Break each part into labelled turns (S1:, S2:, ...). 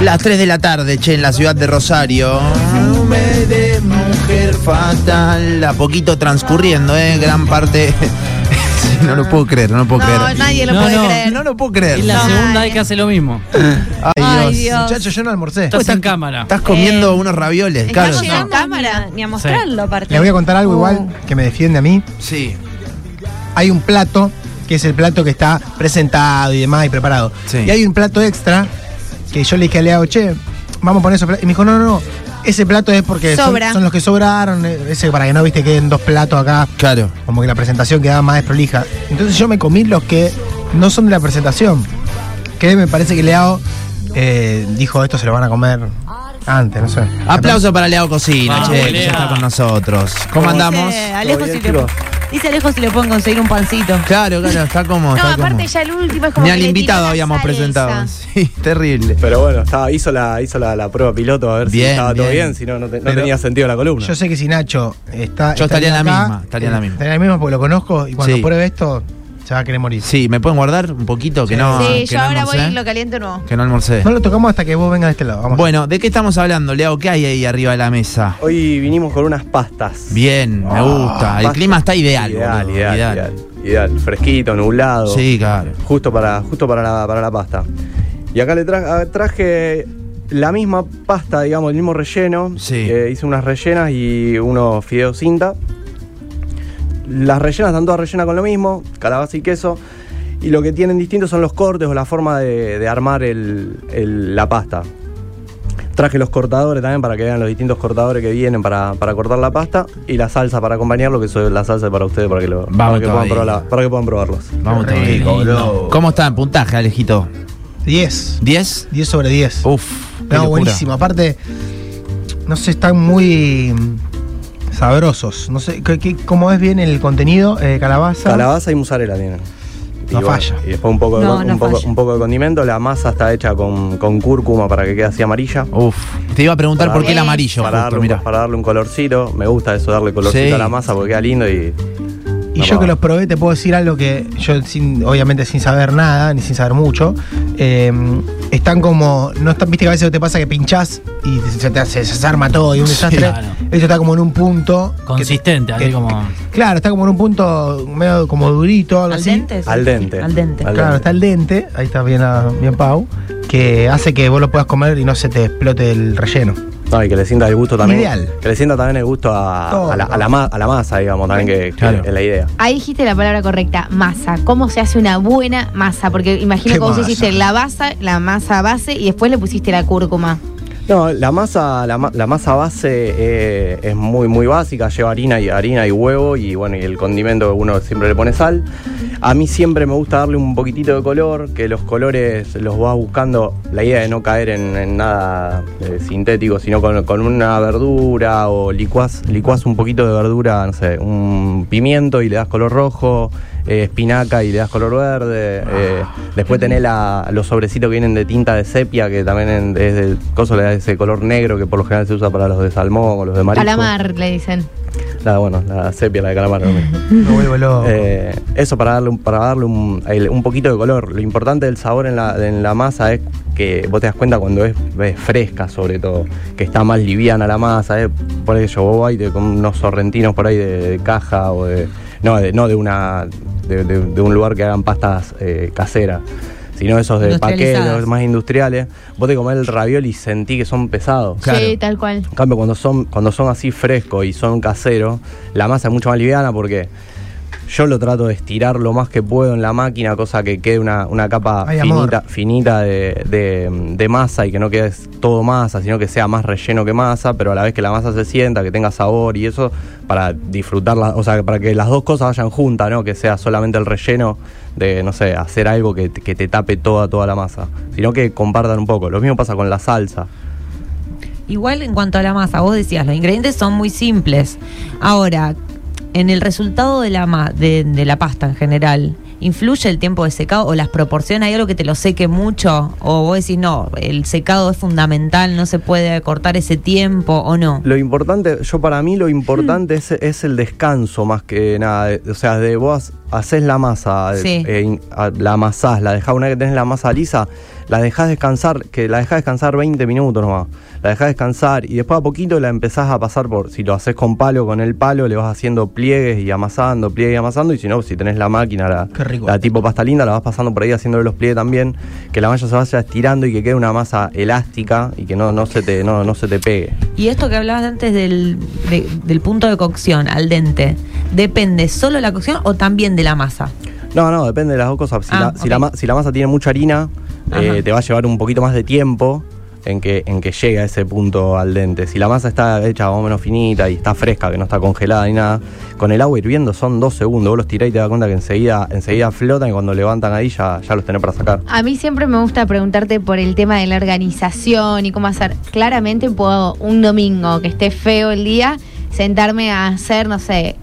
S1: Las 3 de la tarde, che, en la ciudad de Rosario. Nube de mujer fatal. A poquito transcurriendo, ¿eh? Gran parte. Sí, no lo puedo creer, no lo puedo
S2: No,
S1: creer.
S2: nadie lo
S3: No,
S2: puede
S3: no.
S2: creer.
S1: No lo puedo creer.
S3: Es la
S2: No,
S3: segunda
S2: dale.
S3: vez que hace lo mismo.
S1: Ay,
S2: Ay,
S1: Dios.
S2: Dios.
S4: Muchachos, yo no almorcé.
S3: Estás en cámara.
S1: Estás comiendo
S2: Eh,
S1: unos ravioles,
S2: Estamos
S1: claro.
S2: llegando a cámara.
S5: Ni a mostrarlo, aparte.
S4: Les voy a contar algo igual que me defiende a mí.
S1: Sí,
S4: Hay un plato que es el plato que está presentado y demás y preparado.
S1: Sí.
S4: Y hay un plato extra que yo le dije a Leao, che, vamos a poner esos platos. Y me dijo, no, no, no. Ese plato es porque son-
S2: Sobra.
S4: Son, los que sobraron. eh, Ese para que no viste queden dos platos acá.
S1: claro.
S4: Como que la presentación quedaba más desprolija. Entonces yo me comí los que no son de la presentación. Que me parece que Leao eh, dijo, esto se lo van a comer antes, no sé.
S1: Aplauso para Leao Cocina,
S3: Vamos,
S1: che, que ya
S3: Lea.
S1: está con nosotros. ¿Cómo andamos?
S5: Dice Alejo, si le, dice Alejo si le pueden conseguir un pancito.
S1: Claro, claro, está como.
S2: No,
S1: está como.
S2: aparte ya el último es como.
S1: Ni
S2: que
S1: al
S2: le tiró
S1: invitado
S2: la
S1: habíamos
S2: salsa.
S1: presentado. Sí, terrible.
S6: Pero bueno, estaba, hizo, la, hizo la, la prueba piloto a ver si
S1: Bien,
S6: estaba todo
S1: bien.
S6: bien, si no, no, te- no
S4: Pero-
S6: tenía sentido la columna.
S4: Yo sé que si Nacho está. eh,
S1: Yo estaría en la misma, estaría en la misma.
S4: Estaría en la misma porque lo conozco y cuando
S1: Sí.
S4: pruebe esto se va a querer morir.
S1: Sí, ¿me pueden guardar un poquito? Que no.
S2: Sí,
S1: que
S2: yo
S1: no
S2: ahora voy
S1: almorcé?
S2: y lo caliento nuevo.
S1: Que no almorcé.
S4: No lo tocamos hasta que vos vengas de este lado. Vamos.
S1: Bueno, ¿de qué estamos hablando, Leo? ¿Qué hay ahí arriba de la mesa?
S6: Hoy vinimos con unas pastas.
S1: Bien, me gusta. El
S6: Pastas.
S1: clima está ideal.
S6: Ah, Ideal,
S1: boludo,
S6: ideal, ideal, ideal. Fresquito, nublado.
S1: Sí, claro.
S6: Justo para, justo para la, para la pasta. Y acá le tra- ah, traje la misma pasta, digamos, el mismo relleno.
S1: Sí.
S6: Eh, hice unas rellenas y unos fideos cinta. Las rellenas están todas rellenas con lo mismo, calabaza y queso. Y lo que tienen distinto son los cortes o la forma de, de armar el- el- la pasta. Traje los cortadores también para que vean los distintos cortadores que vienen para, para cortar la pasta y la salsa para acompañarlo, que soy la salsa para ustedes para que, lo, para
S1: Vamos
S6: que puedan
S1: todavía.
S6: probarla- para que puedan probarlos.
S1: Vamos
S4: Qué
S1: todavía.
S4: rico, boludo.
S1: ¿Cómo está en puntaje, Alejito?
S4: 10.
S1: ¿10?
S4: 10 sobre 10.
S1: Uf. Uh, qué locura.
S4: no, buenísimo. Aparte, no sé, están muy mm, sabrosos. No sé, ¿qué- qué- ¿cómo es bien el contenido? Eh, calabaza.
S6: Calabaza y mozzarella tienen.
S4: No
S6: y
S4: falla.
S6: Y después un poco, de,
S5: No,
S6: un,
S5: no
S6: poco,
S5: falla.
S6: un poco de condimento. La masa está hecha con, con cúrcuma para que quede así amarilla.
S1: Uf. Te iba a preguntar por qué el
S2: darle-
S1: amarillo,
S6: para, darle
S1: justo,
S6: un,
S1: mira.
S6: para darle un colorcito. Me gusta eso, darle colorcito
S1: Sí.
S6: a la masa porque queda lindo y.
S4: Y
S6: no
S4: yo que
S6: va.
S4: los probé, te puedo decir algo que yo, sin, obviamente, sin saber nada, ni sin saber mucho, eh, están como. No están, viste que a veces te pasa que pinchás y se te hace- se desarma todo y un desastre.
S3: claro.
S4: Esto está como en un punto. que-
S3: Consistente, así
S4: que-
S3: como.
S4: claro, está como en un punto medio como durito, algo
S5: Al
S4: así.
S5: dente. sí.
S6: Al dente.
S5: Al dente.
S6: Al-
S4: Claro, está el dente, ahí está bien, ah, bien Pau, que hace que vos lo puedas comer y no se te explote el relleno.
S6: No, y que le sienta el gusto también.
S4: Ideal.
S6: Que le sienta también el gusto a,
S4: Todo.
S6: a la, a la ma- a la masa, digamos, también, que, que
S1: Claro.
S6: es la idea.
S2: Ahí dijiste la palabra correcta, masa. ¿Cómo se hace una buena masa? Porque imagino
S4: ¿Qué
S2: que vos
S4: masa?
S2: hiciste la base, la masa base y después le pusiste la cúrcuma.
S6: No, la masa, la, ma- la masa base eh, es muy muy básica, lleva harina y harina y huevo y bueno, y el condimento que uno siempre le pone sal. A mí siempre me gusta darle un poquitito de color, que los colores los vas buscando, la idea de no caer en, en nada eh, sintético, sino con, con una verdura o licuás, licuás un poquito de verdura, no sé, un pimiento y le das color rojo, eh, espinaca y le das color verde. eh, después tenés la- los sobrecitos que vienen de tinta de sepia, que también en- es del coso le da ese color negro que por lo general se usa para los de salmón o los de marisco.
S2: Calamar, le dicen.
S6: La, bueno, la sepia, la de calamar. ¿no?
S4: Me vuelvo loco.
S6: Eh, eso para darle, un, para darle un, el- un poquito de color. Lo importante del sabor en la, en la masa es que vos te das cuenta cuando es, es fresca, sobre todo, que está más liviana la masa. eh. Por eso vos vas y te con unos sorrentinos por ahí de, de caja o de. No, de, no de, una, de, de- de un lugar que hagan pastas eh, caseras. Sino esos de
S5: Industrializadas.
S6: paqueros más industriales. Vos te comés el ravioli y sentí que son pesados.
S2: Sí, tal cual.
S6: En cambio, cuando son, cuando son así frescos y son caseros, la masa es mucho más liviana porque yo lo trato de estirar lo más que puedo en la máquina, cosa que quede una, una capa
S4: Ay, amor.
S6: finita, finita de, de- de masa y que no quede todo masa, sino que sea más relleno que masa, pero a la vez que la masa se sienta, que tenga sabor y eso, para disfrutarla, o sea, para que las dos cosas vayan juntas, ¿no? Que sea solamente el relleno de, no sé, hacer algo que, te- que te tape toda, toda la masa, sino que compartan un poco. Lo mismo pasa con la salsa.
S5: Igual en cuanto a la masa, vos decías, los ingredientes son muy simples. Ahora, en el resultado de la, ma- de, de la pasta en general, ¿influye el tiempo de secado o las proporciones? ¿Hay algo que te lo seque mucho? ¿O vos decís, no, el secado es fundamental, no se puede cortar ese tiempo o no?
S6: Lo importante, yo para mí lo importante es, es el descanso más que nada. eh, O sea, de vos haces la masa, eh,
S5: Sí.
S6: eh, in- a- la amasás, la dejás, una vez que tenés la masa lisa, la dejás descansar, que la dejás descansar 20 minutos nomás. La dejás descansar y después a poquito la empezás a pasar por, si lo haces con palo, con el palo, le vas haciendo pliegues y amasando, pliegues y amasando. Y si no, si tenés la máquina, la,
S4: Qué rico.
S6: la tipo pasta linda, la vas pasando por ahí haciéndole los pliegues también. Que la malla se vaya estirando y que quede una masa elástica y que no, no, se, te, no, no se te pegue.
S5: Y esto que hablabas antes del, de- del punto de cocción al dente, ¿depende solo de la cocción o también de la masa?
S6: No, no, depende de las dos cosas. Si,
S5: Ah,
S6: la, si la
S5: ok.
S6: ma- si la masa tiene mucha harina, eh,
S5: Ajá.
S6: te va a llevar un poquito más de tiempo en que, en que llegue a ese punto al dente. Si la masa está hecha más o menos finita y está fresca, que no está congelada ni nada, con el agua hirviendo son dos segundos. Vos los tirás y te das cuenta que enseguida, enseguida flotan y cuando levantan ahí ya, ya los tenés para sacar.
S2: A mí siempre me gusta preguntarte por el tema de la organización y cómo hacer. Claramente puedo un domingo que esté feo el día sentarme a hacer, no sé,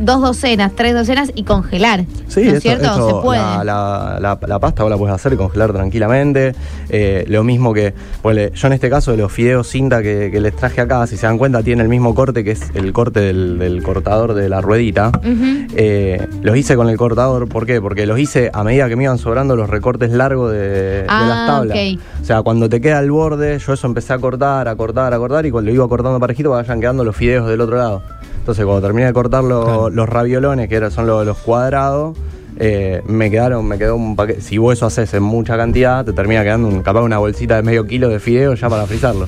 S2: dos docenas, tres docenas y congelar. ¿No es
S6: esto-
S2: cierto?
S6: esto,
S2: Se puede.
S6: La, la- la- la pasta vos la puedes hacer y congelar tranquilamente. Eh, lo mismo que, ponele, yo en este caso de los fideos cinta que, que les traje acá, si se dan cuenta, tiene el mismo corte que es el corte del, del cortador de la ruedita.
S2: Ujú.
S6: Eh, los hice con el cortador, ¿por qué? Porque los hice a medida que me iban sobrando los recortes largos de, de
S2: Ah,
S6: las tablas.
S2: ok.
S6: O sea, cuando te queda el borde, yo eso empecé a cortar, a cortar, a cortar, y cuando lo iba cortando parejito vayan quedando los fideos del otro lado. Entonces, cuando terminé de cortar lo- los raviolones, que era- son lo- los cuadrados, eh, me quedaron, me quedó un paquete. Si vos eso haces en mucha cantidad, te termina quedando un- capaz una bolsita de medio kilo de fideos ya para frizarlo.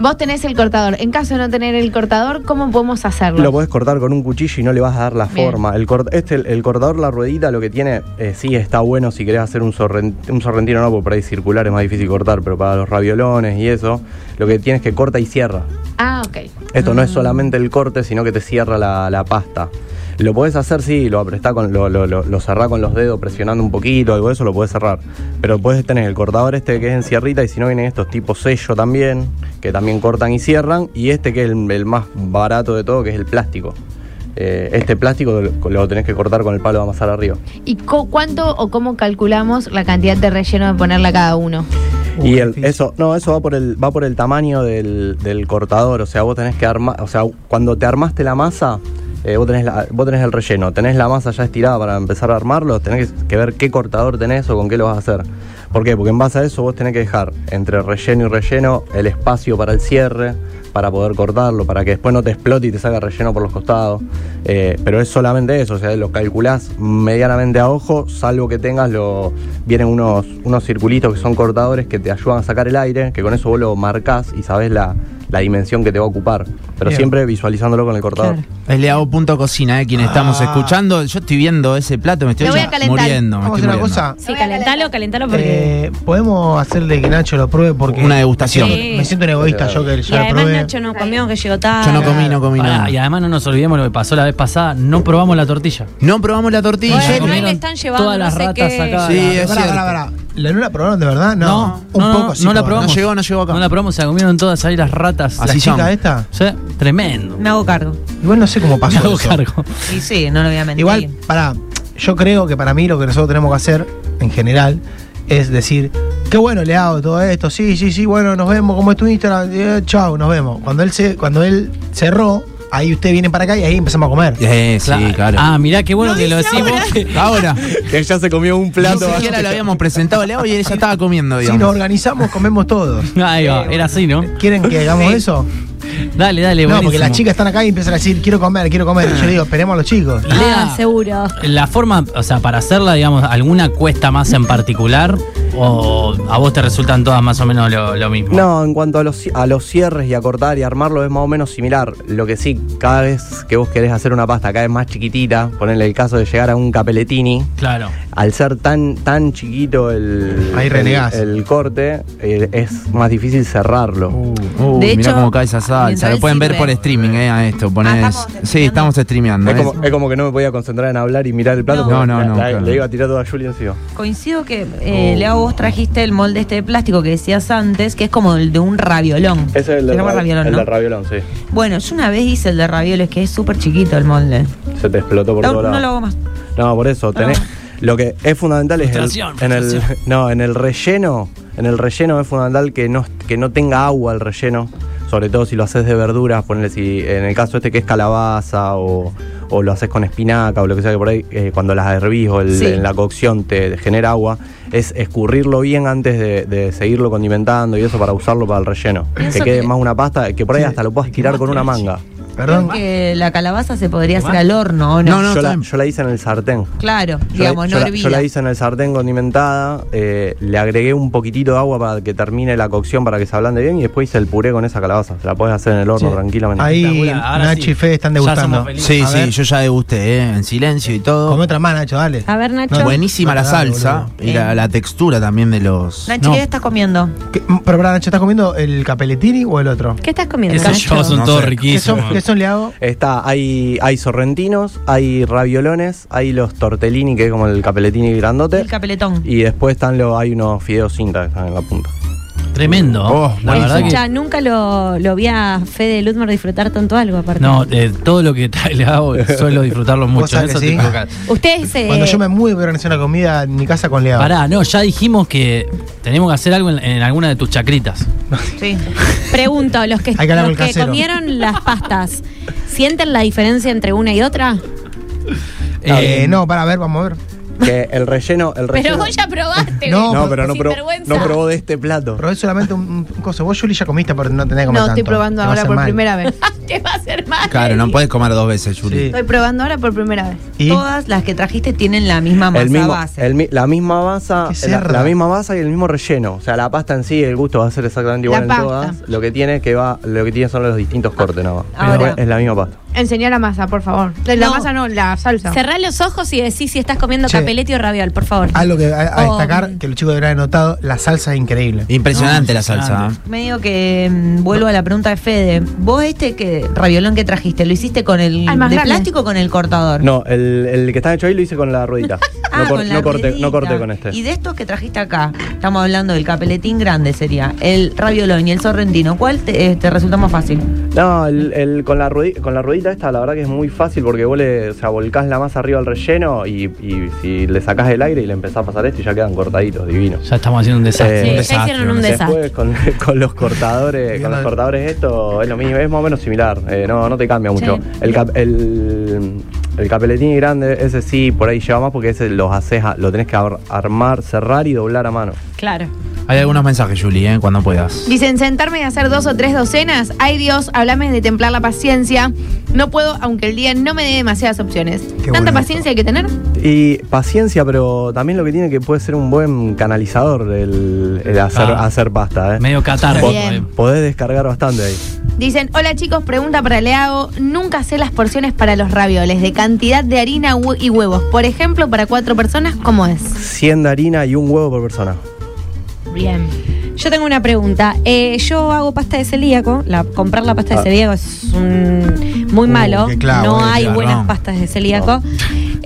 S2: Vos tenés el cortador. En caso de no tener el cortador, ¿cómo podemos hacerlo?
S6: Lo podés cortar con un cuchillo y no le vas a dar la
S2: Bien.
S6: forma. El, cort- este, el, el cortador, la ruedita, lo que tiene, eh, sí está bueno si querés hacer un, sorren- un sorrentino, no, porque por ahí circular es más difícil cortar, pero para los raviolones y eso, lo que tienes que corta y cierra.
S2: Ah, ok.
S6: Esto no es solamente el corte, sino que te cierra la, la pasta. Lo podés hacer, sí, lo apretá con, lo, lo, lo, lo cerrá con los dedos presionando un poquito, algo de eso lo podés cerrar. Pero podés tener el cortador este que es en sierrita y si no vienen estos tipos sello también, que también cortan y cierran, y este que es el, el más barato de todo, que es el plástico. Eh, este plástico lo, lo tenés que cortar con el palo de amasar arriba.
S2: ¿Y co- cuánto o cómo calculamos la cantidad de relleno de ponerla cada uno?
S4: Uy,
S6: Y
S4: qué
S6: el-
S4: difícil.
S6: eso, no, eso va por el, va por el tamaño del, del cortador. O sea, vos tenés que armar, o sea, cuando te armaste la masa, eh, vos, tenés la- vos tenés el relleno, tenés la masa ya estirada para empezar a armarlo, tenés que ver qué cortador tenés o con qué lo vas a hacer. ¿Por qué? Porque en base a eso vos tenés que dejar entre relleno y relleno el espacio para el cierre, para poder cortarlo, para que después no te explote y te saca relleno por los costados. Eh, pero es solamente eso, o sea, lo calculás medianamente a ojo, salvo que tengas lo. Vienen unos, unos circulitos que son cortadores que te ayudan a sacar el aire, que con eso vos lo marcás y sabés la, la dimensión que te va a ocupar. Pero
S4: Bien.
S6: siempre visualizándolo con el cortador.
S5: Claro.
S1: Es leao.cocina, eh, quien estamos
S4: Ah.
S1: escuchando. Yo estoy viendo ese plato, me estoy
S2: Lo voy a
S1: ya
S2: calentar.
S1: muriendo. me
S4: Vamos a hacer
S1: estoy
S4: una
S1: muriendo.
S4: cosa.
S3: Sí, calentalo, calentalo porque.
S4: Eh, podemos hacerle que Nacho lo pruebe porque.
S1: Una degustación.
S3: Sí.
S4: Me siento un egoísta yo que
S3: y
S4: ya lo
S3: además
S4: probé.
S3: Nacho no comió, que llegó tarde.
S1: Yo no comí, no comí
S7: Pará,
S1: nada.
S7: y además no nos olvidemos lo que pasó la vez pasada, no probamos la tortilla.
S1: No probamos la tortilla.
S3: Bueno,
S7: comieron
S3: ahí le están llevando
S7: todas las
S3: no sé
S7: ratas
S3: qué.
S7: acá.
S1: Sí,
S7: La-
S1: es
S4: Pará,
S1: cierto.
S4: pará, pará. ¿La no la probaron de verdad? No.
S7: No,
S4: un
S7: no,
S4: poco
S7: no,
S4: sí.
S7: no la
S4: probaron.
S1: No
S7: probamos.
S1: llegó, no llegó acá.
S7: No la probamos, se la comieron todas ahí las
S1: Así
S7: ratas.
S4: ¿La
S7: Las-
S1: son.
S4: chica esta?
S7: Sí, tremendo.
S5: Me hago cargo.
S4: Igual no sé cómo
S7: Me
S4: pasó.
S7: hago
S4: eso.
S7: cargo.
S5: Y sí, no lo voy a mentir.
S4: Igual, para, yo creo que para mí lo que nosotros tenemos que hacer, en general, es decir, qué bueno le hago todo esto, sí, sí, sí, bueno, nos vemos, ¿cómo es tu Instagram? Eh, chau, nos vemos. Cuando él se, cuando él cerró, ahí usted viene para acá y ahí empezamos a comer.
S1: Eh, sí, claro.
S7: Ah, mirá qué bueno que lo decimos.
S1: Ahora,
S6: Que ya se comió un
S1: ni siquiera lo habíamos presentado a Leao y él ya estaba comiendo,
S4: Si nos
S1: digamos.
S4: organizamos, comemos todos.
S7: Ahí va, era así, ¿no?
S4: ¿Quieren que hagamos eso?
S7: Dale, dale,
S4: No, porque
S7: buenísimo.
S4: las chicas están acá y empiezan a decir, quiero comer, quiero comer. Y Yo digo, esperemos a los chicos.
S7: Lea,
S3: Ah, seguro.
S7: La forma, o sea, para hacerla, digamos, ¿alguna cuesta más en particular? ¿O a vos te resultan todas más o menos lo, lo mismo?
S6: No, en cuanto a los, ci- a los cierres y a cortar y armarlo es más o menos similar. Lo que sí, cada vez que vos querés hacer una pasta cada vez más chiquitita, ponerle el caso de llegar a un capelletini,
S7: Claro.
S6: al ser tan, tan chiquito el,
S4: Ahí renegás.
S6: el, el corte, eh, es más difícil cerrarlo.
S1: Uh,
S5: De
S1: mirá
S5: hecho,
S1: cómo cae esa salsa.
S5: mientras
S1: Lo
S5: él
S1: pueden ver
S5: sirve.
S1: por streaming, eh, a esto.
S5: Ah,
S1: Ponés...
S5: ¿estamos
S1: Sí,
S5: streameando?
S1: estamos streameando.
S6: Es
S1: eh.
S6: como, es como que no me podía concentrar en hablar y mirar el plato.
S5: No.
S1: No,
S6: porque
S1: no,
S6: la-
S1: no,
S6: la-
S1: claro.
S6: Le iba a tirar todo a Julia encima.
S5: Coincido que, eh,
S6: Oh.
S5: Leo, vos trajiste el molde este de plástico que decías antes, que es como el de un raviolón.
S6: Ese es el
S5: Se
S6: del
S5: llama
S6: ra-
S5: raviolón,
S6: el
S5: ¿no?
S6: del raviolón, sí.
S5: Bueno, yo una vez hice el de ravioles, que es súper chiquito el molde.
S6: Se te explotó por
S5: No,
S6: todos lados.
S5: no lo hago más.
S6: No, por eso, tenés. Lo que es fundamental es el,
S7: Frustración,
S6: en el
S7: frustración.
S6: no, en el relleno, en el relleno es fundamental que no que no tenga agua el relleno, sobre todo si lo haces de verduras, ponele si en el caso este que es calabaza o, o lo haces con espinaca o lo que sea que por ahí, eh, cuando las hervís o el-
S5: Sí.
S6: en la cocción te genera agua, es escurrirlo bien antes de, de seguirlo condimentando y eso para usarlo para el relleno.
S5: Pienso
S6: que quede
S5: que-
S6: más una pasta, que por ahí hasta lo puedas tirar con una manga.
S4: Perdón.
S5: que la calabaza se podría hacer al horno, ¿o no?
S1: No, no.
S6: yo, la,
S1: está bien.
S6: yo la hice en el sartén.
S5: Claro,
S6: Yo la-
S5: digamos,
S6: yo
S5: no
S6: la, yo la
S5: hervida.
S6: hice en el sartén condimentada, eh, le agregué un poquitito de agua para que termine la cocción, para que se ablande bien y después hice el puré con esa calabaza. Se la puedes hacer en el horno
S4: Sí.
S6: tranquilamente.
S4: Ahí
S7: Espectacular, ahora
S4: Nacho
S7: sí.
S4: y Fede están
S7: Ya somos
S4: degustando.
S7: felices.
S1: Sí,
S4: A
S1: sí,
S4: ver.
S1: yo ya degusté, ¿eh? en silencio y todo.
S4: Come otra más, Nacho, dale.
S3: A ver, Nacho.
S1: Buenísima
S4: No
S1: la
S4: te hagas,
S1: salsa
S4: boludo.
S1: y la, la textura también de los.
S5: Nachi,
S1: No,
S5: ¿qué estás comiendo?
S4: ¿Qué- Mm, Pero pará, Nacho, ¿estás comiendo el capelletini o el otro?
S3: ¿Qué estás comiendo,
S7: Esos
S3: Nacho?
S7: shows son
S1: No
S7: todos
S1: sé.
S4: ¿Qué son,
S7: riquísimos.
S4: ¿Qué son le hago?
S6: Está, hay, hay sorrentinos, hay raviolones, hay los tortellini, que es como el capeletini grandote.
S5: El capeletón.
S6: y después están los, hay unos fideos cinta que están en la punta.
S7: Tremendo.
S1: Oh,
S7: la verdad que.
S3: Escucha, nunca lo, lo vi a Fede Ludmer disfrutar tanto algo aparte.
S7: No, eh, todo lo que trae le hago suelo disfrutarlo mucho. en
S4: sabés
S7: Eso
S4: que
S7: te
S4: sí.
S7: equivocas.
S3: Ustedes eh,
S4: Cuando yo me mude voy a organizar una comida en mi casa con Leao.
S7: Pará, no, ya dijimos que tenemos que hacer algo en, en alguna de tus chacritas.
S5: Sí.
S3: pregunto, los que,
S4: Hay que hablar
S3: los
S4: con el
S3: que
S4: casero.
S3: comieron las pastas, ¿sienten la diferencia entre una y otra?
S4: Eh,
S7: Eh,
S4: no, para ver, vamos a ver.
S6: Que el relleno, el
S3: Pero
S6: relleno.
S3: vos ya probaste.
S4: No,
S3: güey.
S6: no, pero no
S3: sin
S6: probó,
S3: vergüenza.
S6: no probó de este plato.
S4: Probé solamente un, un coso. Vos, Juli, ya comiste, pero no tenés que comer
S2: No, estoy
S4: tanto.
S2: probando
S4: Te va a
S2: ahora
S4: hacer
S2: por
S4: mal.
S2: primera vez.
S3: Te va a hacer mal.
S1: Claro, no puedes comer dos veces, Yuri.
S4: Sí.
S2: Estoy probando ahora por primera vez.
S4: Y
S5: Todas las que trajiste tienen la misma masa
S6: El mismo-
S5: base.
S6: el mi- la misma masa,
S4: Qué
S6: la,
S4: cerda.
S6: la misma masa y el mismo relleno. O sea, la pasta en sí, el gusto va a ser exactamente igual
S2: La
S6: en
S2: pasta.
S6: todas. Lo que tiene es que va, lo que tiene son los distintos cortes nada más. Pero
S5: Ahora.
S6: es la misma pasta.
S2: Enseñá la masa, por favor. La
S3: No.
S2: masa no, la salsa.
S3: Cerrá los ojos y decís si estás comiendo
S4: Che.
S3: capeletti o raviol, por favor.
S4: algo que a, a
S3: Oh.
S4: destacar, que los chicos deberían haber notado, la salsa es increíble.
S1: Impresionante la salsa.
S7: impresionante.
S5: Medio que mm, vuelvo a la pregunta de Fede. Vos este que raviolón que trajiste, ¿lo hiciste con el
S2: Al más
S5: de
S2: grande.
S5: plástico o con el cortador?
S6: No, el, el que está hecho ahí lo hice con la ruedita.
S5: Ah,
S6: no, cor-
S5: con la
S6: no corté,
S5: ruedita.
S6: no corté con este.
S5: Y de estos que trajiste acá, estamos hablando del capeletín grande sería, el raviolón y el sorrentino, ¿cuál te, eh, te resulta más fácil?
S6: No, el, el- con, la ruedi- con la ruedita esta, la verdad que es muy fácil porque vos le o sea, volcás la masa arriba al relleno y, y si le sacás el aire y le empezás a pasar esto y ya quedan cortaditos, divinos.
S7: ya estamos haciendo un desastre.
S6: Eh,
S3: Sí,
S6: un
S3: ya hicieron un desastre.
S6: Después con, con los cortadores, con los cortadores esto es lo mismo, es más o menos similar, eh, no, no te cambia mucho.
S3: Sí.
S6: El, cap- el, el capelletini grande, ese sí, por ahí lleva más porque ese los haces, a- lo tenés que ar- armar, cerrar y doblar a mano.
S3: Claro.
S1: Hay algunos mensajes, Juli, ¿eh? cuando puedas.
S2: Dicen, sentarme y hacer dos o tres docenas. Ay Dios, háblame de templar la paciencia. No puedo, aunque el día no me dé demasiadas opciones.
S4: Qué bueno
S2: ¿Tanta paciencia hay que tener?
S6: Y paciencia, pero también lo que tiene que puede ser un buen canalizador el, el hacer,
S7: Ah.
S6: hacer pasta. ¿eh?
S7: Medio catarro.
S2: Bien.
S7: eh.
S6: Podés descargar bastante ahí.
S2: Dicen, hola chicos, pregunta para Leago. Nunca sé las porciones para los ravioles de cantidad de harina hue- y huevos. Por ejemplo, para cuatro personas, ¿cómo es?
S6: 100 de harina y un huevo por persona.
S2: Bien.
S3: Yo tengo una pregunta. Eh, yo hago pasta de celíaco. La, comprar la pasta de
S6: Ah.
S3: celíaco es un- muy
S4: Uh,
S3: malo.
S4: qué clavo,
S3: no
S4: eh,
S3: hay
S1: garrón.
S3: buenas pastas de celíaco.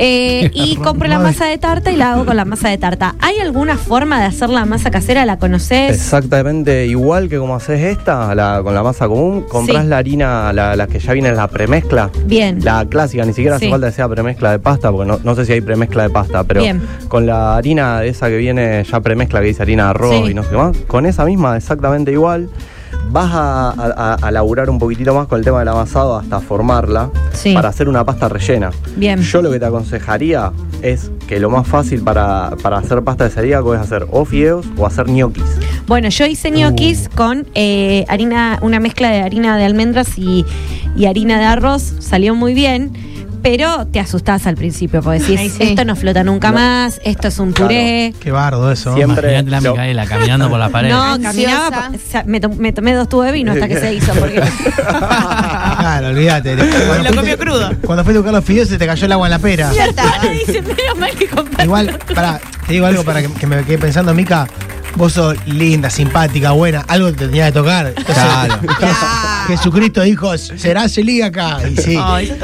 S3: Eh, y compro la
S4: Ay.
S3: masa de tarta y la hago con la masa de tarta. ¿Hay alguna forma de hacer la masa casera? ¿La conoces?
S6: Exactamente igual que como haces esta, la- con la masa común, comprás
S3: Sí.
S6: la harina, la, la que ya viene en la premezcla.
S3: Bien.
S6: La clásica, ni siquiera
S3: Sí.
S6: hace falta que sea premezcla de pasta, porque no, no sé si hay premezcla de pasta, pero
S3: Bien.
S6: con la harina esa que viene ya premezcla, que dice harina de arroz
S3: Sí.
S6: y no sé más, con esa misma exactamente igual, vas a, a- a- a laburar un poquitito más con el tema del amasado hasta formarla
S3: Sí.
S6: para hacer una pasta rellena.
S3: Bien.
S6: Yo lo que te aconsejaría es que lo más fácil para, para hacer pasta de celíaco es hacer o fideos o hacer ñoquis.
S3: Bueno, yo hice ñoquis con eh, harina, una mezcla de harina de almendras y, y harina de arroz. Salió muy bien, pero te asustás al principio, porque decís,
S2: Ay, sí.
S3: esto no flota nunca más, esto es un puré.
S4: Qué bardo eso.
S6: Siempre-
S7: Imagínate la
S6: No.
S7: Micaela caminando por eh. las paredes.
S3: No,
S2: Ansiosa.
S3: caminaba, pa- o sea, me, to- me tomé dos tubos de vino hasta que se hizo. Porque
S4: Claro, olvídate. Cuando
S5: Lo comió
S4: fuiste-
S5: crudo.
S4: Cuando fuiste a buscar los fideos se te cayó el agua en la pera.
S2: Ya está.
S3: dice, menos mal que compré.
S4: Igual, pará, te digo algo para que, que me quede pensando, Mica. Vos sos linda, simpática, buena, algo te tenía que tocar. Entonces,
S1: Claro.
S4: Jesucristo dijo, será celíaca. Y sí.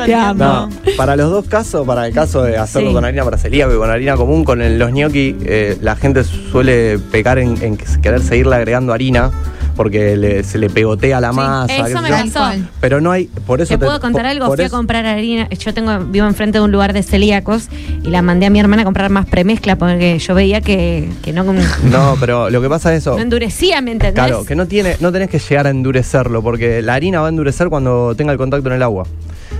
S3: Te amo.
S6: No, para los dos casos, para el caso de hacerlo
S3: Sí.
S6: con harina para celíaco y con harina común, con el- los gnocchi, eh, la gente suele pecar en, en querer seguirle agregando harina porque le- se le pegotea la masa. qué
S3: Eso
S6: sé
S3: me
S6: yo.
S3: pasó.
S2: Alcohol.
S6: Pero no hay, por eso
S3: ¿Te puedo contar
S6: por-
S3: algo?
S6: por
S3: Fui a
S6: eso-
S3: comprar harina. Yo tengo vivo enfrente de un lugar de celíacos y la mandé a mi hermana a comprar más premezcla porque yo veía que, que no, no
S6: No, pero lo que pasa es eso.
S3: endurecía, ¿me entendés?
S6: Oh. Claro, que no tiene, no tenés que llegar a endurecerlo, porque la harina va a endurecer cuando tenga el contacto en el agua.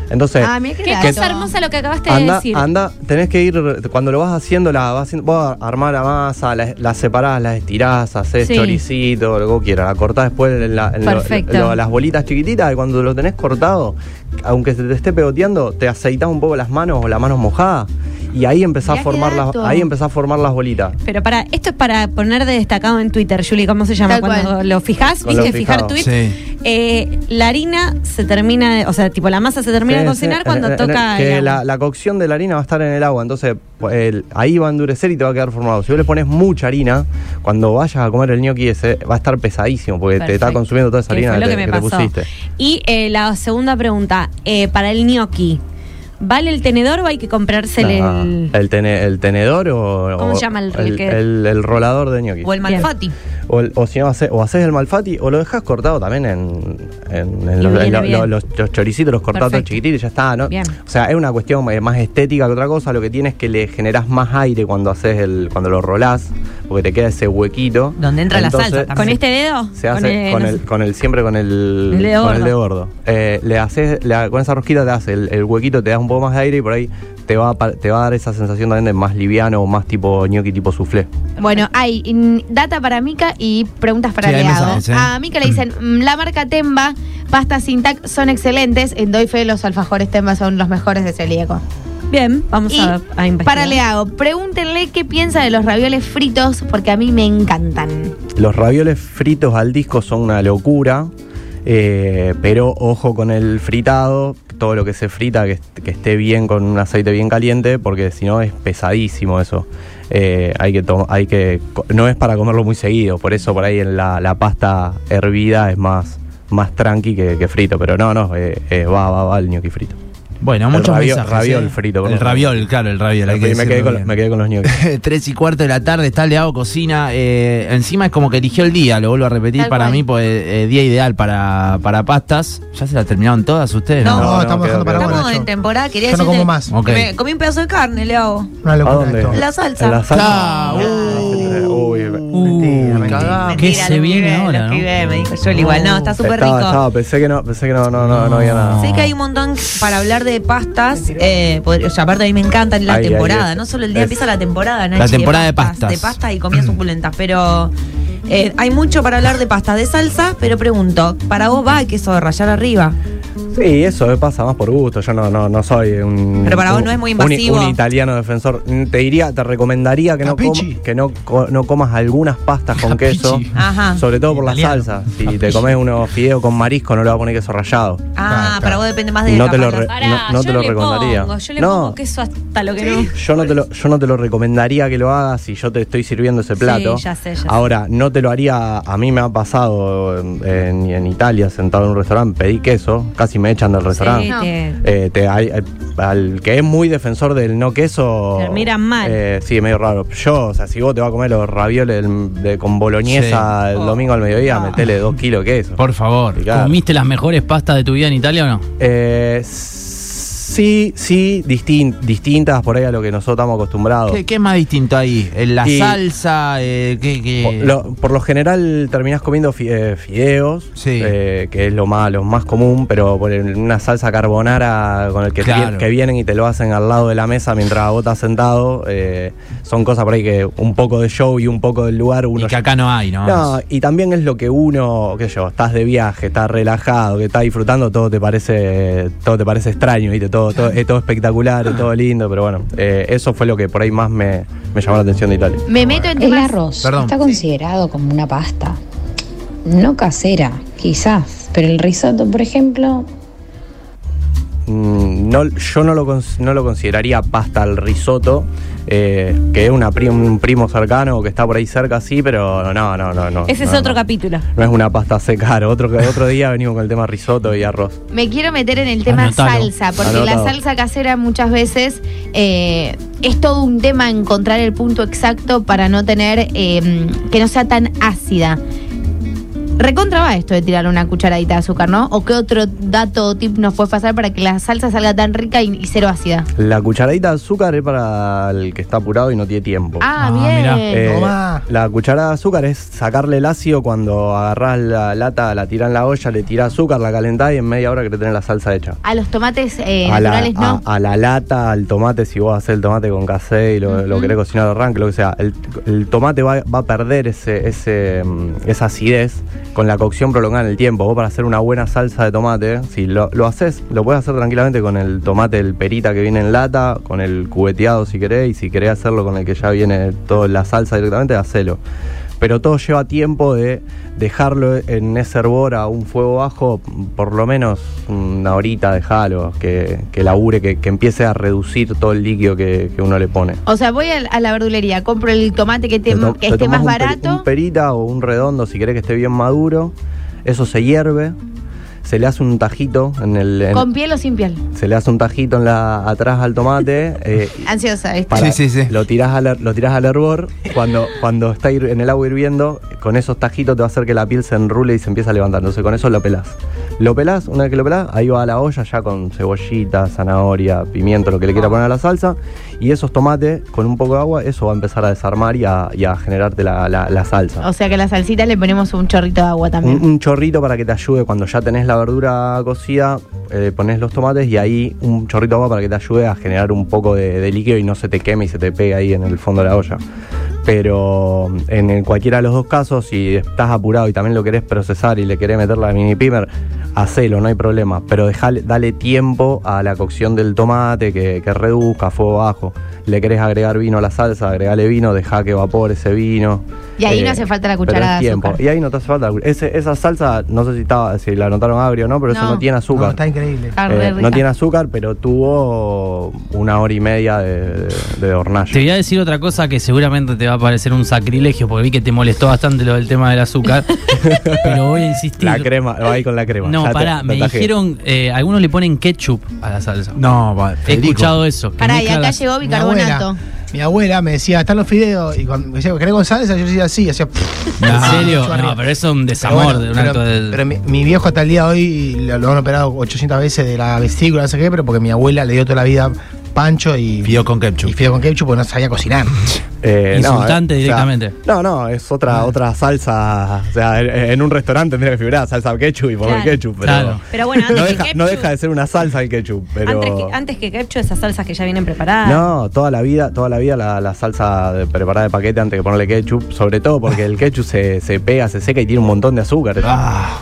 S6: Entonces,
S2: Ah, mira qué
S8: Qué
S2: dato.
S8: cosa hermosa lo que acabaste de
S6: Anda,
S8: decir.
S6: anda, tenés que ir, cuando lo vas haciendo, la vas haciendo, vos armás la masa, la- las separás, las estirás, haces
S2: Sí.
S6: choricito, lo que quieras, la cortás después en, la- en lo-
S2: Perfecto.
S6: lo- las bolitas chiquititas y cuando lo tenés cortado, aunque se te esté pegoteando, te aceitás un poco las manos o las manos mojadas y ahí empezás
S2: Mirá
S6: a
S2: qué
S6: formar las,
S2: dato.
S6: ahí empezás a formar las bolitas.
S3: Pero para, esto es para poner de destacado en Twitter, Julie, ¿cómo se
S2: Tal
S3: llama? Cuando
S2: cual.
S3: lo fijás,
S6: Cuando
S3: viste,
S6: lo
S3: fijar
S6: fijado.
S3: tweet.
S1: Sí.
S3: Eh, la harina se termina, de- o sea, tipo la masa se termina de
S6: Sí,
S3: cocinar
S6: sí,
S3: cuando
S6: en- en-
S3: toca.
S6: que
S3: el
S6: la,
S3: agua.
S6: la cocción de la harina va a estar en el agua, entonces pues, el- ahí va a endurecer y te va a quedar formado. Si vos le pones mucha harina, cuando vayas a comer el gnocchi ese, va a estar pesadísimo porque te está
S3: Perfecto.
S6: consumiendo toda esa
S3: Que
S6: harina
S3: fue
S6: que,
S3: lo
S6: te,
S3: que me
S6: que te
S3: pasó.
S6: pusiste.
S3: Y eh, la segunda pregunta, eh, para el gnocchi, ¿vale el tenedor o hay que comprarse
S6: Nah, Eh,
S3: el,
S6: el, tene- el tenedor o,
S3: ¿Cómo
S6: o
S3: se llama el- el
S6: el,
S3: que-
S6: el- el rolador de gnocchi.
S5: O el
S3: Bien.
S5: malfati.
S6: O, el- o si no, hace- o haces el malfati o lo dejas cortado también en, en- en
S3: Y
S6: los,
S3: viene
S6: en lo-
S3: bien.
S6: lo- los, los choricitos, los cortados
S3: Perfecto.
S6: chiquititos y ya está, ¿no?
S3: Bien.
S6: O sea, es una cuestión eh, más estética que otra cosa. Lo que tienes es que le generás más aire cuando haces el cuando lo rolás, porque te queda ese huequito.
S5: Donde entra la salsa también.
S3: con
S5: Sí.
S3: este dedo?
S6: Se hace con
S3: no
S6: el,
S3: sé.
S6: con el- siempre con el,
S3: El dedo
S6: con
S3: gordo.
S6: el dedo gordo. Eh, le haces, le ha- con esa rosquita te hace el, el huequito, te das un poco más de aire y por ahí te va, a pa- te va a dar esa sensación también de más liviano o más tipo gnocchi, tipo soufflé.
S2: Bueno, hay mm, data para Mica y preguntas para
S1: Sí, hay
S2: Leado.
S1: mensajes, ¿eh?
S2: A Mica le dicen, "Mm, la marca Temba, pastas sin tac son excelentes. En doy fe, los alfajores Temba son los mejores de celíaco.
S3: Bien, vamos
S2: Y
S3: a, a investigar.
S2: para Leado, pregúntenle qué piensa de los ravioles fritos, porque a mí me encantan.
S6: Los ravioles fritos al disco son una locura, eh, pero ojo con el fritado, todo lo que se frita, que, est- que esté bien con un aceite bien caliente, porque si no es pesadísimo eso. Eh, hay que to- hay que co- no es para comerlo muy seguido, por eso por ahí en la, la pasta hervida es más más tranqui que, que frito, pero no, no, eh, eh, va, va, va el gnocchi frito.
S1: Bueno,
S6: El
S1: muchos
S6: rabio-
S1: mensajes.
S6: raviol
S1: ¿eh?
S6: frito,
S1: El
S6: perdón.
S1: raviol, claro, el raviol. hay que
S6: me, quedé
S1: decirlo
S6: con,
S1: bien.
S6: me quedé con los gnocchi.
S1: 3 y cuarto de la tarde, está Leao Cocina. eh, encima es como que eligió el día, lo vuelvo a repetir.
S2: Tal
S1: para
S2: cual.
S1: mí, pues, eh, día ideal para, para pastas. ¿Ya se la terminaron todas ustedes?
S5: No.
S4: No, estamos dejando
S6: quedó,
S4: para
S6: quedó.
S4: ahora.
S5: Estamos
S4: yo.
S5: en temporada, quería
S4: Yo no
S5: decirte
S4: como más.
S1: Ok.
S5: que me comí un pedazo de carne, le hago.
S4: Una
S6: ¿A
S4: locura
S6: dónde?
S4: esto.
S5: La salsa.
S6: En la
S1: Ah,
S6: salsa.
S1: uh.
S6: Uy,
S4: Mentira, mentira.
S1: cagá.
S7: ¿Qué se
S5: lo
S7: viene
S5: escribí,
S7: ahora,
S5: lo
S7: no?
S5: escribí, me dijo yo igual. No, está súper rico.
S6: Estaba, estaba, pensé que no, pensé que no, no, no, no había nada.
S5: Sé que hay un montón para hablar de pastas. Eh, pod- o sea, aparte a mí me encantan la
S6: Ahí, ahí
S5: temporada.
S6: es.
S5: no solo el día
S6: Es-
S5: empieza la temporada, Nachi,
S1: La temporada de pastas.
S5: De pastas y comidas suculentas. Pero eh, hay mucho para hablar de pastas de salsa. Pero pregunto, ¿para vos va el queso de rayar arriba?
S6: Sí, eso me pasa más por gusto. Yo no, no, no soy un.
S5: Pero para vos
S6: un-
S5: no es muy
S6: un-
S5: invasivo.
S6: Un, italiano defensor. Mm, Te diría, te recomendaría que, no, com-
S4: Capichi.
S6: que no, co- no comas algunas pastas con
S1: Capichi.
S6: queso.
S5: Ajá.
S6: Sobre todo por
S4: Italiano.
S6: la salsa. Si te comes unos fideos con marisco, no le vas a poner queso rallado.
S5: Ah,
S4: Claro,
S5: para
S4: claro.
S5: vos depende más de
S6: No
S5: la
S6: te lo
S5: pasta.
S6: re-
S8: Pará,
S6: no- no te
S8: yo
S6: lo
S8: le
S6: recomendaría.
S8: Pongo, yo le
S6: No.
S8: pongo queso hasta lo que no.
S6: Yo no, te lo, yo no te lo recomendaría que lo hagas si yo te estoy sirviendo ese plato.
S5: ya sé, ya sé.
S6: Ahora, no te lo haría, a mí me ha pasado en, en- en Italia, sentado en un restaurante, pedí queso, casi me echan del restaurante.
S3: Sí,
S2: No.
S3: te-
S6: Eh, te- hay- eh, al que es muy defensor del no queso.
S3: Te miran mal.
S6: eh, sí, medio raro. Yo, o sea, si vos te vas a comer los ravioles del- de- con boloñesa el
S3: Oh.
S6: domingo al
S3: Ah.
S6: mediodía, metele dos kilos de queso.
S7: Por favor,
S6: Claro.
S7: ¿comiste las mejores pastas de tu vida en Italia o no?
S6: Eh, sí, sí, distin- distintas por ahí a lo que nosotros estamos acostumbrados.
S1: ¿Qué, qué es más distinto ahí? Eh, ¿La
S6: Y-
S1: salsa? Eh, ¿qué, qué?
S6: Por lo, por lo general terminás comiendo fi- eh, fideos,
S1: Sí.
S6: eh, que es lo más, lo más común, pero por el- una salsa carbonara con el que, te
S1: Claro.
S6: vien- que vienen y te lo hacen al lado de la mesa mientras vos estás sentado, eh, son cosas por ahí que un poco de show y un poco del lugar uno...
S1: y que acá no hay, ¿no?
S6: No, y también es lo que uno, qué sé yo, estás de viaje, estás relajado, que estás disfrutando, todo te parece, todo te parece extraño, ¿viste? Todo, todo, es todo espectacular, es todo lindo, pero bueno, eh, eso fue lo que por ahí más me, me llamó la atención de Italia.
S2: Me meto en
S9: El
S2: temas-
S9: arroz
S1: Perdón.
S9: está considerado como una pasta. No casera, quizás, pero el risotto, por ejemplo,
S6: Mm, no, yo no lo, cons- no lo consideraría pasta al risotto, eh, que es una pri- un primo cercano que está por ahí cerca, sí, pero no, no, no. no
S3: Ese es
S6: no,
S3: otro
S6: no.
S3: capítulo.
S6: No es una pasta seca, otro, otro día venimos con el tema risotto y arroz.
S2: Me quiero meter en el tema
S7: Anotalo.
S2: salsa, porque la
S6: Anotado.
S2: salsa casera muchas veces eh, es todo un tema encontrar em, el punto exacto para no tener eh, que no sea tan ácida. Recontra va esto de tirar una cucharadita de azúcar, ¿no? ¿O qué otro dato o tip nos puede pasar para que la salsa salga tan rica y, y cero ácida?
S6: La cucharadita de azúcar es para el que está apurado y no tiene tiempo.
S2: Ah,
S7: Ah,
S2: bien.
S7: mirá.
S6: Eh,
S4: Tomá.
S6: la cucharada de azúcar es sacarle el ácido cuando agarrás la lata, la tirás en la olla, le tirás azúcar, la calentás y en media hora que tenés la salsa hecha.
S2: A los tomates eh,
S6: a, la,
S2: naturales
S6: a-
S2: no.
S6: a la lata, al tomate, si vos haces el tomate con casé y lo, lo querés cocinar de arranque, lo que sea, el, el tomate va, va a perder ese, ese, mm, esa acidez con la cocción prolongada en el tiempo. Vos para hacer una buena salsa de tomate, si lo, lo haces, lo puedes hacer tranquilamente con el tomate, el perita que viene en lata, con el cubeteado si querés, y si querés hacerlo con el que ya viene toda la salsa directamente, hacelo pero todo lleva tiempo de dejarlo en ese hervor a un fuego bajo, por lo menos una horita, dejalo, que, que labure, que, que empiece a reducir todo el líquido que, que uno le pone.
S2: O sea, voy al- a, la verdulería, compro el tomate que, te-
S6: Te to-
S2: que
S6: te
S2: esté
S6: tomás
S2: más
S6: un peri-
S2: barato.
S6: un perita o un redondo, si querés que esté bien maduro, eso se hierve, se le hace un tajito en el... en-
S2: ¿Con piel o sin piel?
S6: se le hace un tajito en la, atrás al tomate eh,
S2: Ansiosa, ¿viste?
S6: para-
S1: Sí, sí, sí.
S6: Lo tirás al, lo tirás al hervor, cuando, cuando está hir- en el agua hirviendo, con esos tajitos te va a hacer que la piel se enrule y se empieza a levantar. Entonces con eso lo pelás. Lo pelás, una vez que lo pelás, ahí va a la olla ya con cebollita, zanahoria, pimiento, lo que le
S1: Ah.
S6: quiera poner a la salsa. Y esos tomates, con un poco de agua, eso va a empezar a desarmar y a, y a generarte la, la- la salsa.
S2: O sea que a la salsita le ponemos un chorrito de agua también.
S6: Un, un chorrito para que te ayude cuando ya tenés la verdura cocida, eh, ponés los tomates y ahí un chorrito de agua para que te ayude a generar un poco de, de líquido y no se te queme y se te pegue ahí en el fondo de la olla. Pero en el- cualquiera de los dos casos, si estás apurado y también lo querés procesar y le querés meter la mini pimer, hacelo, no hay problema. Pero dejale, dale tiempo a la cocción del tomate, que, que reduzca, fuego bajo. Le querés agregar vino a la salsa, agregale vino, deja que evapore ese vino. Eh,
S2: Y ahí no hace falta la
S6: pero es
S2: cucharada de
S6: tiempo.
S2: azúcar.
S6: Y ahí no te hace falta. la cuch- ese- esa salsa, no sé si, estaba, si la notaron agrio o no, pero eso
S2: No.
S6: no tiene azúcar.
S4: No, está increíble.
S2: Ah,
S6: Eh,
S2: re
S6: no
S2: rica.
S6: tiene azúcar, pero tuvo una hora y media de, de, de hornalla.
S7: Te voy a decir otra cosa que seguramente te va a parecer un sacrilegio, porque vi que te molestó bastante lo del tema del azúcar. pero voy a insistir.
S6: La crema, ahí con la crema.
S7: No,
S6: ya te-
S7: pará,
S6: te
S7: me
S6: atajé.
S7: dijeron, eh, algunos le ponen ketchup a la salsa.
S1: No, va,
S7: He
S1: Federico.
S7: escuchado eso. que
S2: Pará, y
S7: mezcla
S2: acá
S7: las-
S2: llegó
S4: Mi
S2: bicarbonato.
S4: abuela, mi abuela me decía, están los fideos. Y cuando me decía, ¿querés con salsa? Yo decía así, hacía.
S7: ¿En serio?
S4: Yo
S7: No,
S4: arriba.
S7: pero eso es un
S4: Pero
S7: desamor
S4: bueno,
S7: de un
S4: pero-
S7: acto de.
S4: Pero mi, mi viejo hasta el día de hoy lo, lo han operado 800 veces de la vesícula, no sé qué, pero porque mi abuela le dio toda la vida pancho y.
S1: Fideos con
S4: Y
S1: ketchup.
S4: fideo con ketchup porque no sabía cocinar.
S6: Eh, no,
S7: Insultante
S6: eh, o sea,
S7: directamente. Ah.
S6: no, no, es otra otra salsa. O sea, en, en un restaurante tendría que figurar salsa ketchup y poner
S3: Claro.
S6: ketchup. Pero
S7: Claro.
S3: Pero bueno, antes
S6: no,
S3: que
S6: deja,
S3: ketchup-
S6: no deja de ser una salsa el ketchup. Pero...
S3: Antes que, antes que ketchup, esas salsas que ya vienen preparadas.
S6: No, toda la vida, toda la vida la, la salsa de- preparada de paquete antes que ponerle ketchup, sobre todo porque el ketchup se, se pega, se seca y tiene un montón de azúcar.
S1: Ah,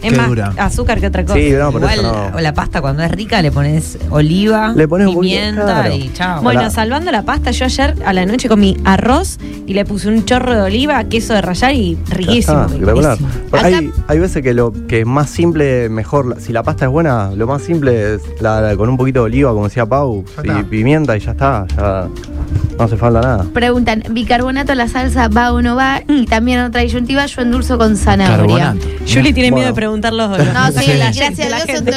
S3: es
S1: qué
S3: más ah.
S1: dura.
S3: azúcar que otra cosa.
S6: Sí, no, por
S5: Igual
S6: eso no.
S5: o la pasta cuando es rica le pones oliva,
S6: Le pones un poquito,
S5: pimienta
S6: claro.
S5: y chao.
S3: Bueno,
S6: Hola.
S3: salvando la pasta, yo ayer a la noche comí arroz y le puse un chorro de oliva, queso de rallar y riquísimo.
S6: Ah, espectacular.
S3: riquísimo.
S6: Pero
S2: Acá-
S6: Hay, hay veces que lo que es más simple, mejor. La- Si la pasta es buena, lo más simple es la, la- con un poquito de oliva, como decía Pau,
S4: Ya
S6: y
S4: está.
S6: pimienta y ya está. Ya no hace falta nada.
S2: Preguntan, ¿bicarbonato a la salsa va o no va?
S1: Mm.
S2: Y también otra disyuntiva, yo endulzo con zanahoria.
S1: carbonato.
S3: Julie tiene
S6: Bueno.
S3: miedo de preguntar los
S2: No, sí,
S1: Sí.
S2: gracias a Dios soy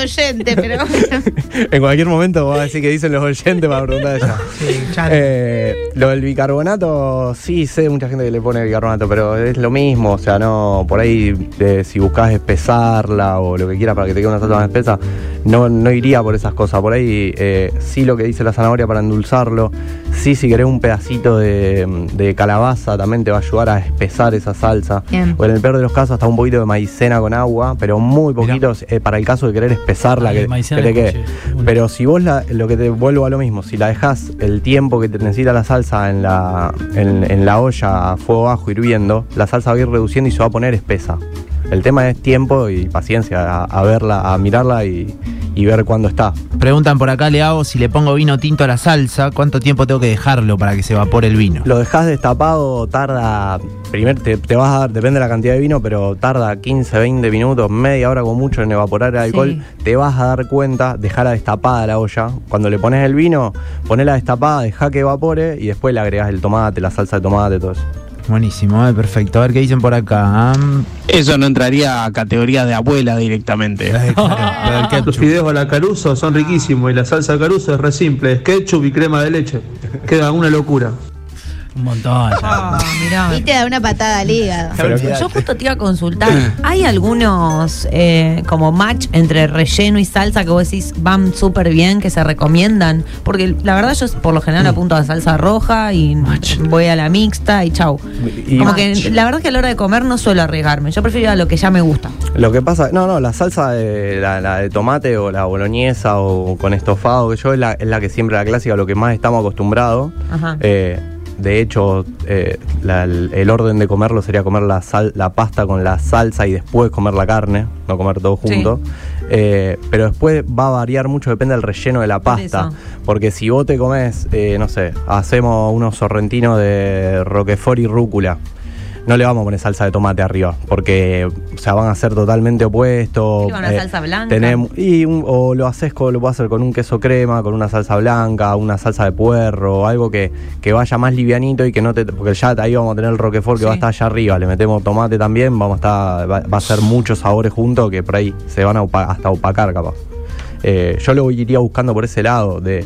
S2: oyente, pero
S6: en cualquier momento va a decir que dicen los oyentes para preguntar ella.
S4: Sí, ya no.
S6: Eh, lo del bicarbonato, sí, sé mucha gente que le pone bicarbonato, pero es lo mismo, o sea, no, por ahí eh, si buscas espesarla o lo que quieras para que te quede una salsa más espesa, no, no iría por esas cosas, por ahí eh, sí lo que dice la zanahoria para endulzarlo, sí si querés un pedacito de, de calabaza también te va a ayudar a espesar esa salsa,
S2: Bien.
S6: o en el peor de los casos hasta un poquito de maicena con agua, pero muy poquitos eh, para el caso de querer espesarla,
S7: Ay,
S6: que,
S7: maicena
S6: que te quede.
S7: escuché. Uy.
S6: Pero pero si vos la- lo que te vuelvo a lo mismo, si la dejas el tiempo que te necesita la salsa en la, en, en la olla a fuego bajo hirviendo, la salsa va a ir reduciendo y se va a poner espesa. El tema es tiempo y paciencia a, a verla, a mirarla y, y ver cuándo está.
S1: Preguntan por acá, Leao, si le pongo vino tinto a la salsa, ¿cuánto tiempo tengo que dejarlo para que se evapore el vino?
S6: Lo dejas destapado, tarda, primero te, te vas a dar, depende de la cantidad de vino, pero tarda 15, 20 minutos, media hora como mucho en evaporar el alcohol. Te vas a dar cuenta, dejala destapada la olla. Cuando le pones el vino, ponela destapada, deja que evapore y después le agregas el tomate, la salsa de tomate, todo eso.
S1: Buenísimo, eh, perfecto. A ver qué dicen por acá. ¿ah? Am,
S10: Eso no entraría a categoría de abuela directamente.
S1: eh, claro, lo del
S11: Los
S1: ketchup.
S11: fideos a la caruso son riquísimos y la salsa caruso es re simple, es ketchup y crema de leche. Queda una locura.
S7: Un montón. ya.
S5: Ah, mirá.
S2: Y te da una patada al hígado.
S1: Pero olvidate.
S5: Yo justo te iba a consultar, ¿hay algunos eh, como match entre relleno y salsa que vos decís van súper bien, que se recomiendan? Porque la verdad yo por lo general apunto a salsa roja y voy a la mixta y chau.
S6: Y-
S5: como que la verdad es que a la hora de comer no suelo arriesgarme, yo prefiero ir a lo que ya me gusta.
S6: Lo que pasa, no, no, la salsa de la, la de tomate o la boloñesa o con estofado, que yo es la, es la que siempre la clásica, lo que más estamos acostumbrados.
S5: Ajá.
S6: Eh, de hecho, eh, la- el el orden de comerlo sería comer la, sal- la pasta con la salsa y después comer la carne, no comer todo
S5: Sí.
S6: junto. Eh, pero después va a variar mucho, depende del relleno de la
S5: Por
S6: pasta.
S5: eso.
S6: Porque si vos te comes, eh, no sé, hacemos unos sorrentinos de roquefort y rúcula. No le vamos a poner salsa de tomate arriba, porque o sea, van a ser totalmente opuestos.
S5: Sí, una salsa blanca.
S6: tenem- y un- o lo haces con, lo puedes hacer con un queso crema, con una salsa blanca, una salsa de puerro, algo que, que vaya más livianito y que no te. Porque ya ahí vamos a tener el roquefort que
S5: Sí.
S6: va a estar allá arriba. Le metemos tomate también, vamos a estar, va, va a ser muchos sabores juntos que por ahí se van a opa- hasta opacar capaz. Eh, yo lo iría buscando por ese lado, de,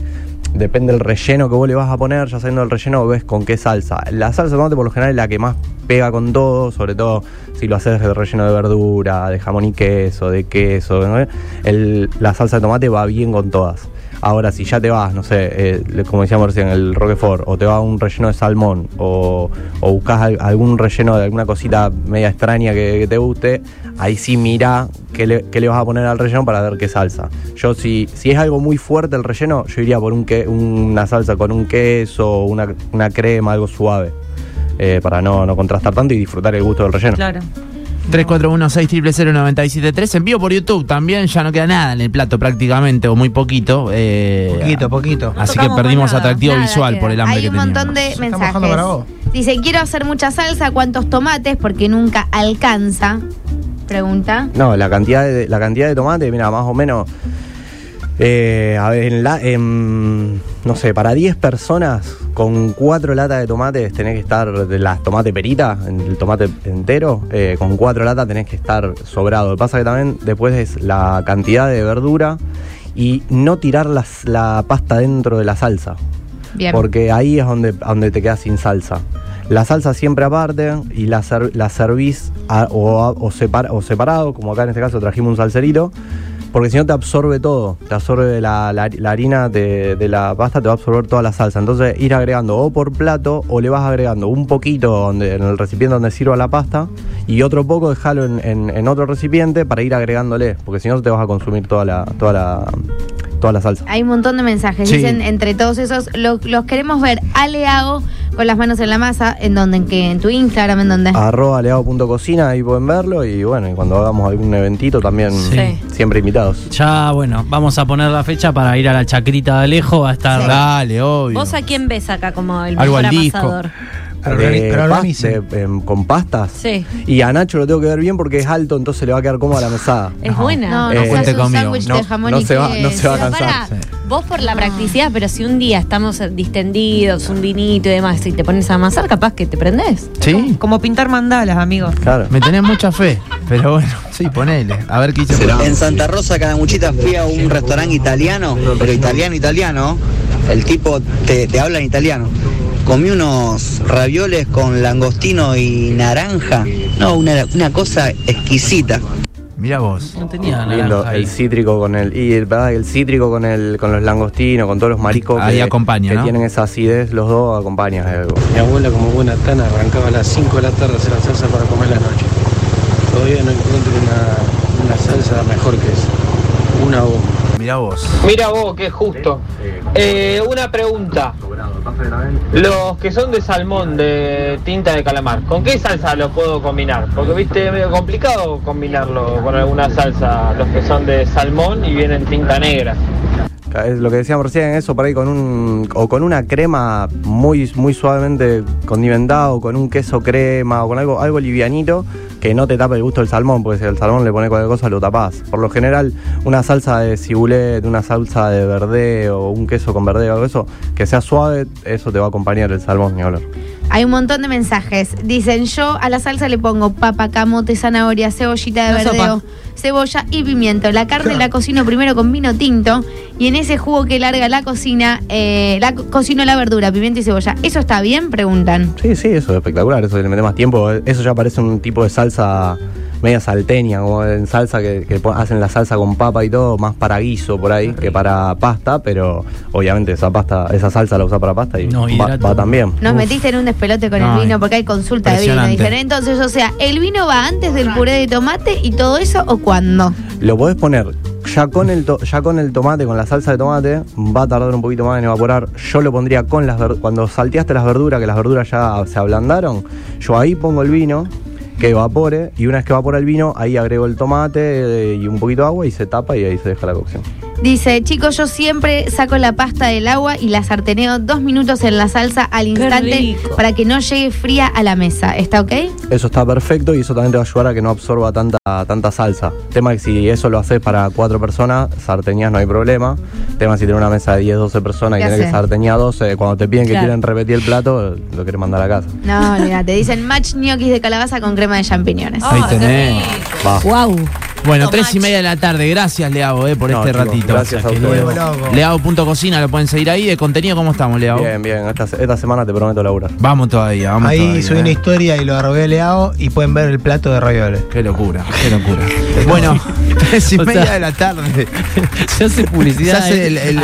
S6: depende del relleno que vos le vas a poner, ya sabiendo el relleno ves con qué salsa. La salsa de tomate por lo general es la que más pega con todo, sobre todo si lo haces de relleno de verdura, de jamón y queso, de queso. ¿no? El- la salsa de tomate va bien con todas. Ahora, si ya te vas, no sé, eh, le- como decíamos recién, el Roquefort, o te va un relleno de salmón, o, o buscas al- algún relleno de alguna cosita media extraña que, que te guste, ahí sí mirá qué le, qué le vas a poner al relleno para ver qué salsa. Yo, si, si es algo muy fuerte el relleno, yo iría por un que, una salsa con un queso, una, una crema, algo suave, eh, para no, no contrastar tanto y disfrutar el gusto del relleno.
S5: Claro.
S1: 341-600973. Envío por YouTube también, ya no queda nada en el plato prácticamente, o muy poquito. eh,
S4: Poquito, poquito.
S5: No
S1: Así que
S5: tocamos
S1: perdimos
S5: más nada.
S1: atractivo
S2: Nada
S1: visual
S2: queda.
S1: por el hambre
S2: Hay
S1: que
S2: un montón
S1: teníamos.
S2: de
S4: Estamos bajando para vos.
S2: mensajes. Dice, quiero hacer mucha salsa, ¿cuántos tomates? Porque nunca alcanza. Pregunta.
S6: No, la cantidad de, la cantidad de tomate, mira, más o menos. eh, a ver, en la- en, no sé, para 10 personas con 4 latas de tomates tenés que estar, de las tomate perita, en- el tomate entero, eh, con 4 latas tenés que estar sobrado. Lo que pasa que también después es la cantidad de verdura y no tirar las- la pasta dentro de la salsa.
S2: Bien.
S6: Porque ahí es donde, donde te quedas sin salsa. La salsa siempre aparte y la, ser- la servís a- o, a- o separ- o separado, como acá en este caso trajimos un salserito, porque si no te absorbe todo, te absorbe la, la- la harina de, de la pasta, te va a absorber toda la salsa. Entonces ir agregando o por plato o le vas agregando un poquito donde, en el recipiente donde sirva la pasta y otro poco dejarlo en, en- en otro recipiente para ir agregándole, porque si no te vas a consumir toda la, toda la, toda la salsa.
S2: Hay un montón de mensajes.
S1: Sí.
S2: Dicen entre todos esos, lo- los queremos ver aleado con las manos en la masa, en donde, en, que, en tu Instagram, en donde.
S6: arroba leao.cocina, ahí pueden verlo y bueno, y cuando hagamos algún eventito también
S7: Sí.
S6: siempre invitados.
S7: Ya, bueno, vamos a poner la fecha para ir a la chacrita de Alejo. Va a estar
S1: Dale, obvio. Eh,
S3: ¿Vos a quién ves acá como el
S1: Algo
S3: mejor
S1: al disco.
S3: amasador?
S4: Pero
S6: De
S4: organi- pero
S6: Eh, pas-
S4: organice.
S6: de, em, con pastas.
S3: Sí.
S6: Y a Nacho lo tengo que ver bien porque es alto, entonces le va a quedar cómoda la mesada.
S3: Es buena.
S2: No, no,
S6: Eh,
S2: se
S6: cuente
S2: hace un
S1: conmigo.
S2: sándwich
S6: No,
S2: de jamón
S6: no
S2: y
S6: se va- no se
S2: queso.
S6: va a
S3: Pero pará,
S1: Sí.
S3: vos por la practicidad, pero si un día estamos distendidos, un vinito y demás, y te pones a amasar, capaz que te prendés.
S1: Sí,
S5: Como pintar mandalas, amigos.
S6: Claro.
S1: me tenés mucha fe, pero bueno, sí, ponele. A ver qué hice. por-
S11: En Santa Rosa, Canamuchita, fui a un restaurante italiano, pero italiano, italiano. El tipo te, te habla en italiano. Comí unos ravioles con langostino y naranja. No, una, una cosa exquisita.
S1: Mirá vos.
S7: No tenía
S6: Lindo,
S7: naranja ahí.
S6: el cítrico con el. Y el, verdad, el cítrico con el, con los langostinos, con todos los mariscos
S1: Ahí
S6: que,
S1: acompaña,
S6: que
S1: ¿no?
S6: tienen esa acidez, los dos acompañan. eh.
S12: Mi abuela, como buena tana, arrancaba a las 5 de la tarde a hacer la salsa para comer la noche. Todavía no encuentro una, una salsa mejor que esa. Una bomba.
S1: Mirá vos.
S12: Mira vos, que es justo. Eh, una pregunta. Los que son de salmón, de tinta de calamar, ¿con qué salsa lo puedo combinar? Porque viste, es medio complicado combinarlo con alguna salsa, los que son de salmón y vienen tinta negra.
S6: Es lo que decíamos recién, eso por ahí con un. o con una crema muy, muy suavemente condimentada, o con un queso crema, o con algo, algo livianito, que no te tape el gusto del salmón, porque si el salmón le pone cualquier cosa lo tapás. Por lo general, una salsa de cibulet, una salsa de verde, o un queso con verde, algo de eso, que sea suave, eso te va a acompañar el salmón, ni hablar.
S2: Hay un montón de mensajes. Dicen, yo a la salsa le pongo papa, camote, zanahoria, cebollita de
S5: No,
S2: verdeo,
S5: sopa.
S2: cebolla y pimiento. La carne la cocino primero con vino tinto y en ese jugo que larga la cocina, eh, la co- cocino la verdura, pimiento y cebolla. ¿Eso está bien? Preguntan.
S6: Sí, sí, eso es espectacular, eso le mete más tiempo. Eso ya parece un tipo de salsa media salteña, como en salsa que, que pon- hacen la salsa con papa y todo, más para guiso por ahí que para pasta, pero obviamente esa pasta, esa salsa la usa para pasta y
S7: No,
S6: va,
S7: hidrato.
S6: va también.
S2: Nos metiste en un despelote con
S6: Ay,
S2: el vino porque hay consulta de vino.
S6: impresionante.
S2: Dijeron, entonces, o sea, ¿el vino va antes del puré de tomate y todo eso o cuándo?
S6: Lo podés poner ya con, el to- ya con el tomate, con la salsa de tomate, va a tardar un poquito más en evaporar. Yo lo pondría con las verduras. Cuando salteaste las verduras, que las verduras ya se ablandaron, yo ahí pongo el vino, que evapore, y una vez que evapora el vino, ahí agrego el tomate eh, y un poquito de agua y se tapa y ahí se deja la cocción.
S2: Dice, chicos, yo siempre saco la pasta del agua y la sarteneo dos minutos en la salsa al instante
S6: rico.
S2: para que no llegue fría a la mesa. ¿Está ok?
S6: Eso está perfecto y eso también te va a ayudar a que no absorba tanta, tanta salsa. Tema que si eso lo haces para cuatro personas, sarteñas no hay problema. Tema si tienes una mesa de 10, 12 personas y
S2: ¿Qué
S6: tenés que
S2: haces?
S6: sarteñar 12, cuando te piden
S2: Claro.
S6: que quieren repetir el plato, lo quieres mandar a casa.
S2: No, mira, te dicen match ñoquis de calabaza con crema de champiñones.
S1: Ahí tenés.
S6: Va.
S3: Wow.
S1: Bueno, tres y media de la tarde. Gracias, Leao, eh, por
S6: No,
S1: este
S6: chicos,
S1: ratito.
S6: gracias a
S1: Que
S6: ustedes.
S1: luego-
S6: Loco.
S1: Leao.cocina, lo pueden seguir ahí. ¿De contenido cómo estamos, Leao?
S6: Bien, bien, esta, esta semana te prometo laburar.
S1: Vamos todavía, vamos
S4: Ahí
S1: todavía,
S4: subí
S1: eh.
S4: una historia y lo arrobé leado y pueden ver el plato de ravioles.
S1: Qué locura, qué locura. Bueno, tres y
S4: O
S1: media
S4: sea,
S1: de la tarde.
S7: Se hace
S1: Se
S7: publicidad.
S1: hace
S7: eh.
S1: el- el-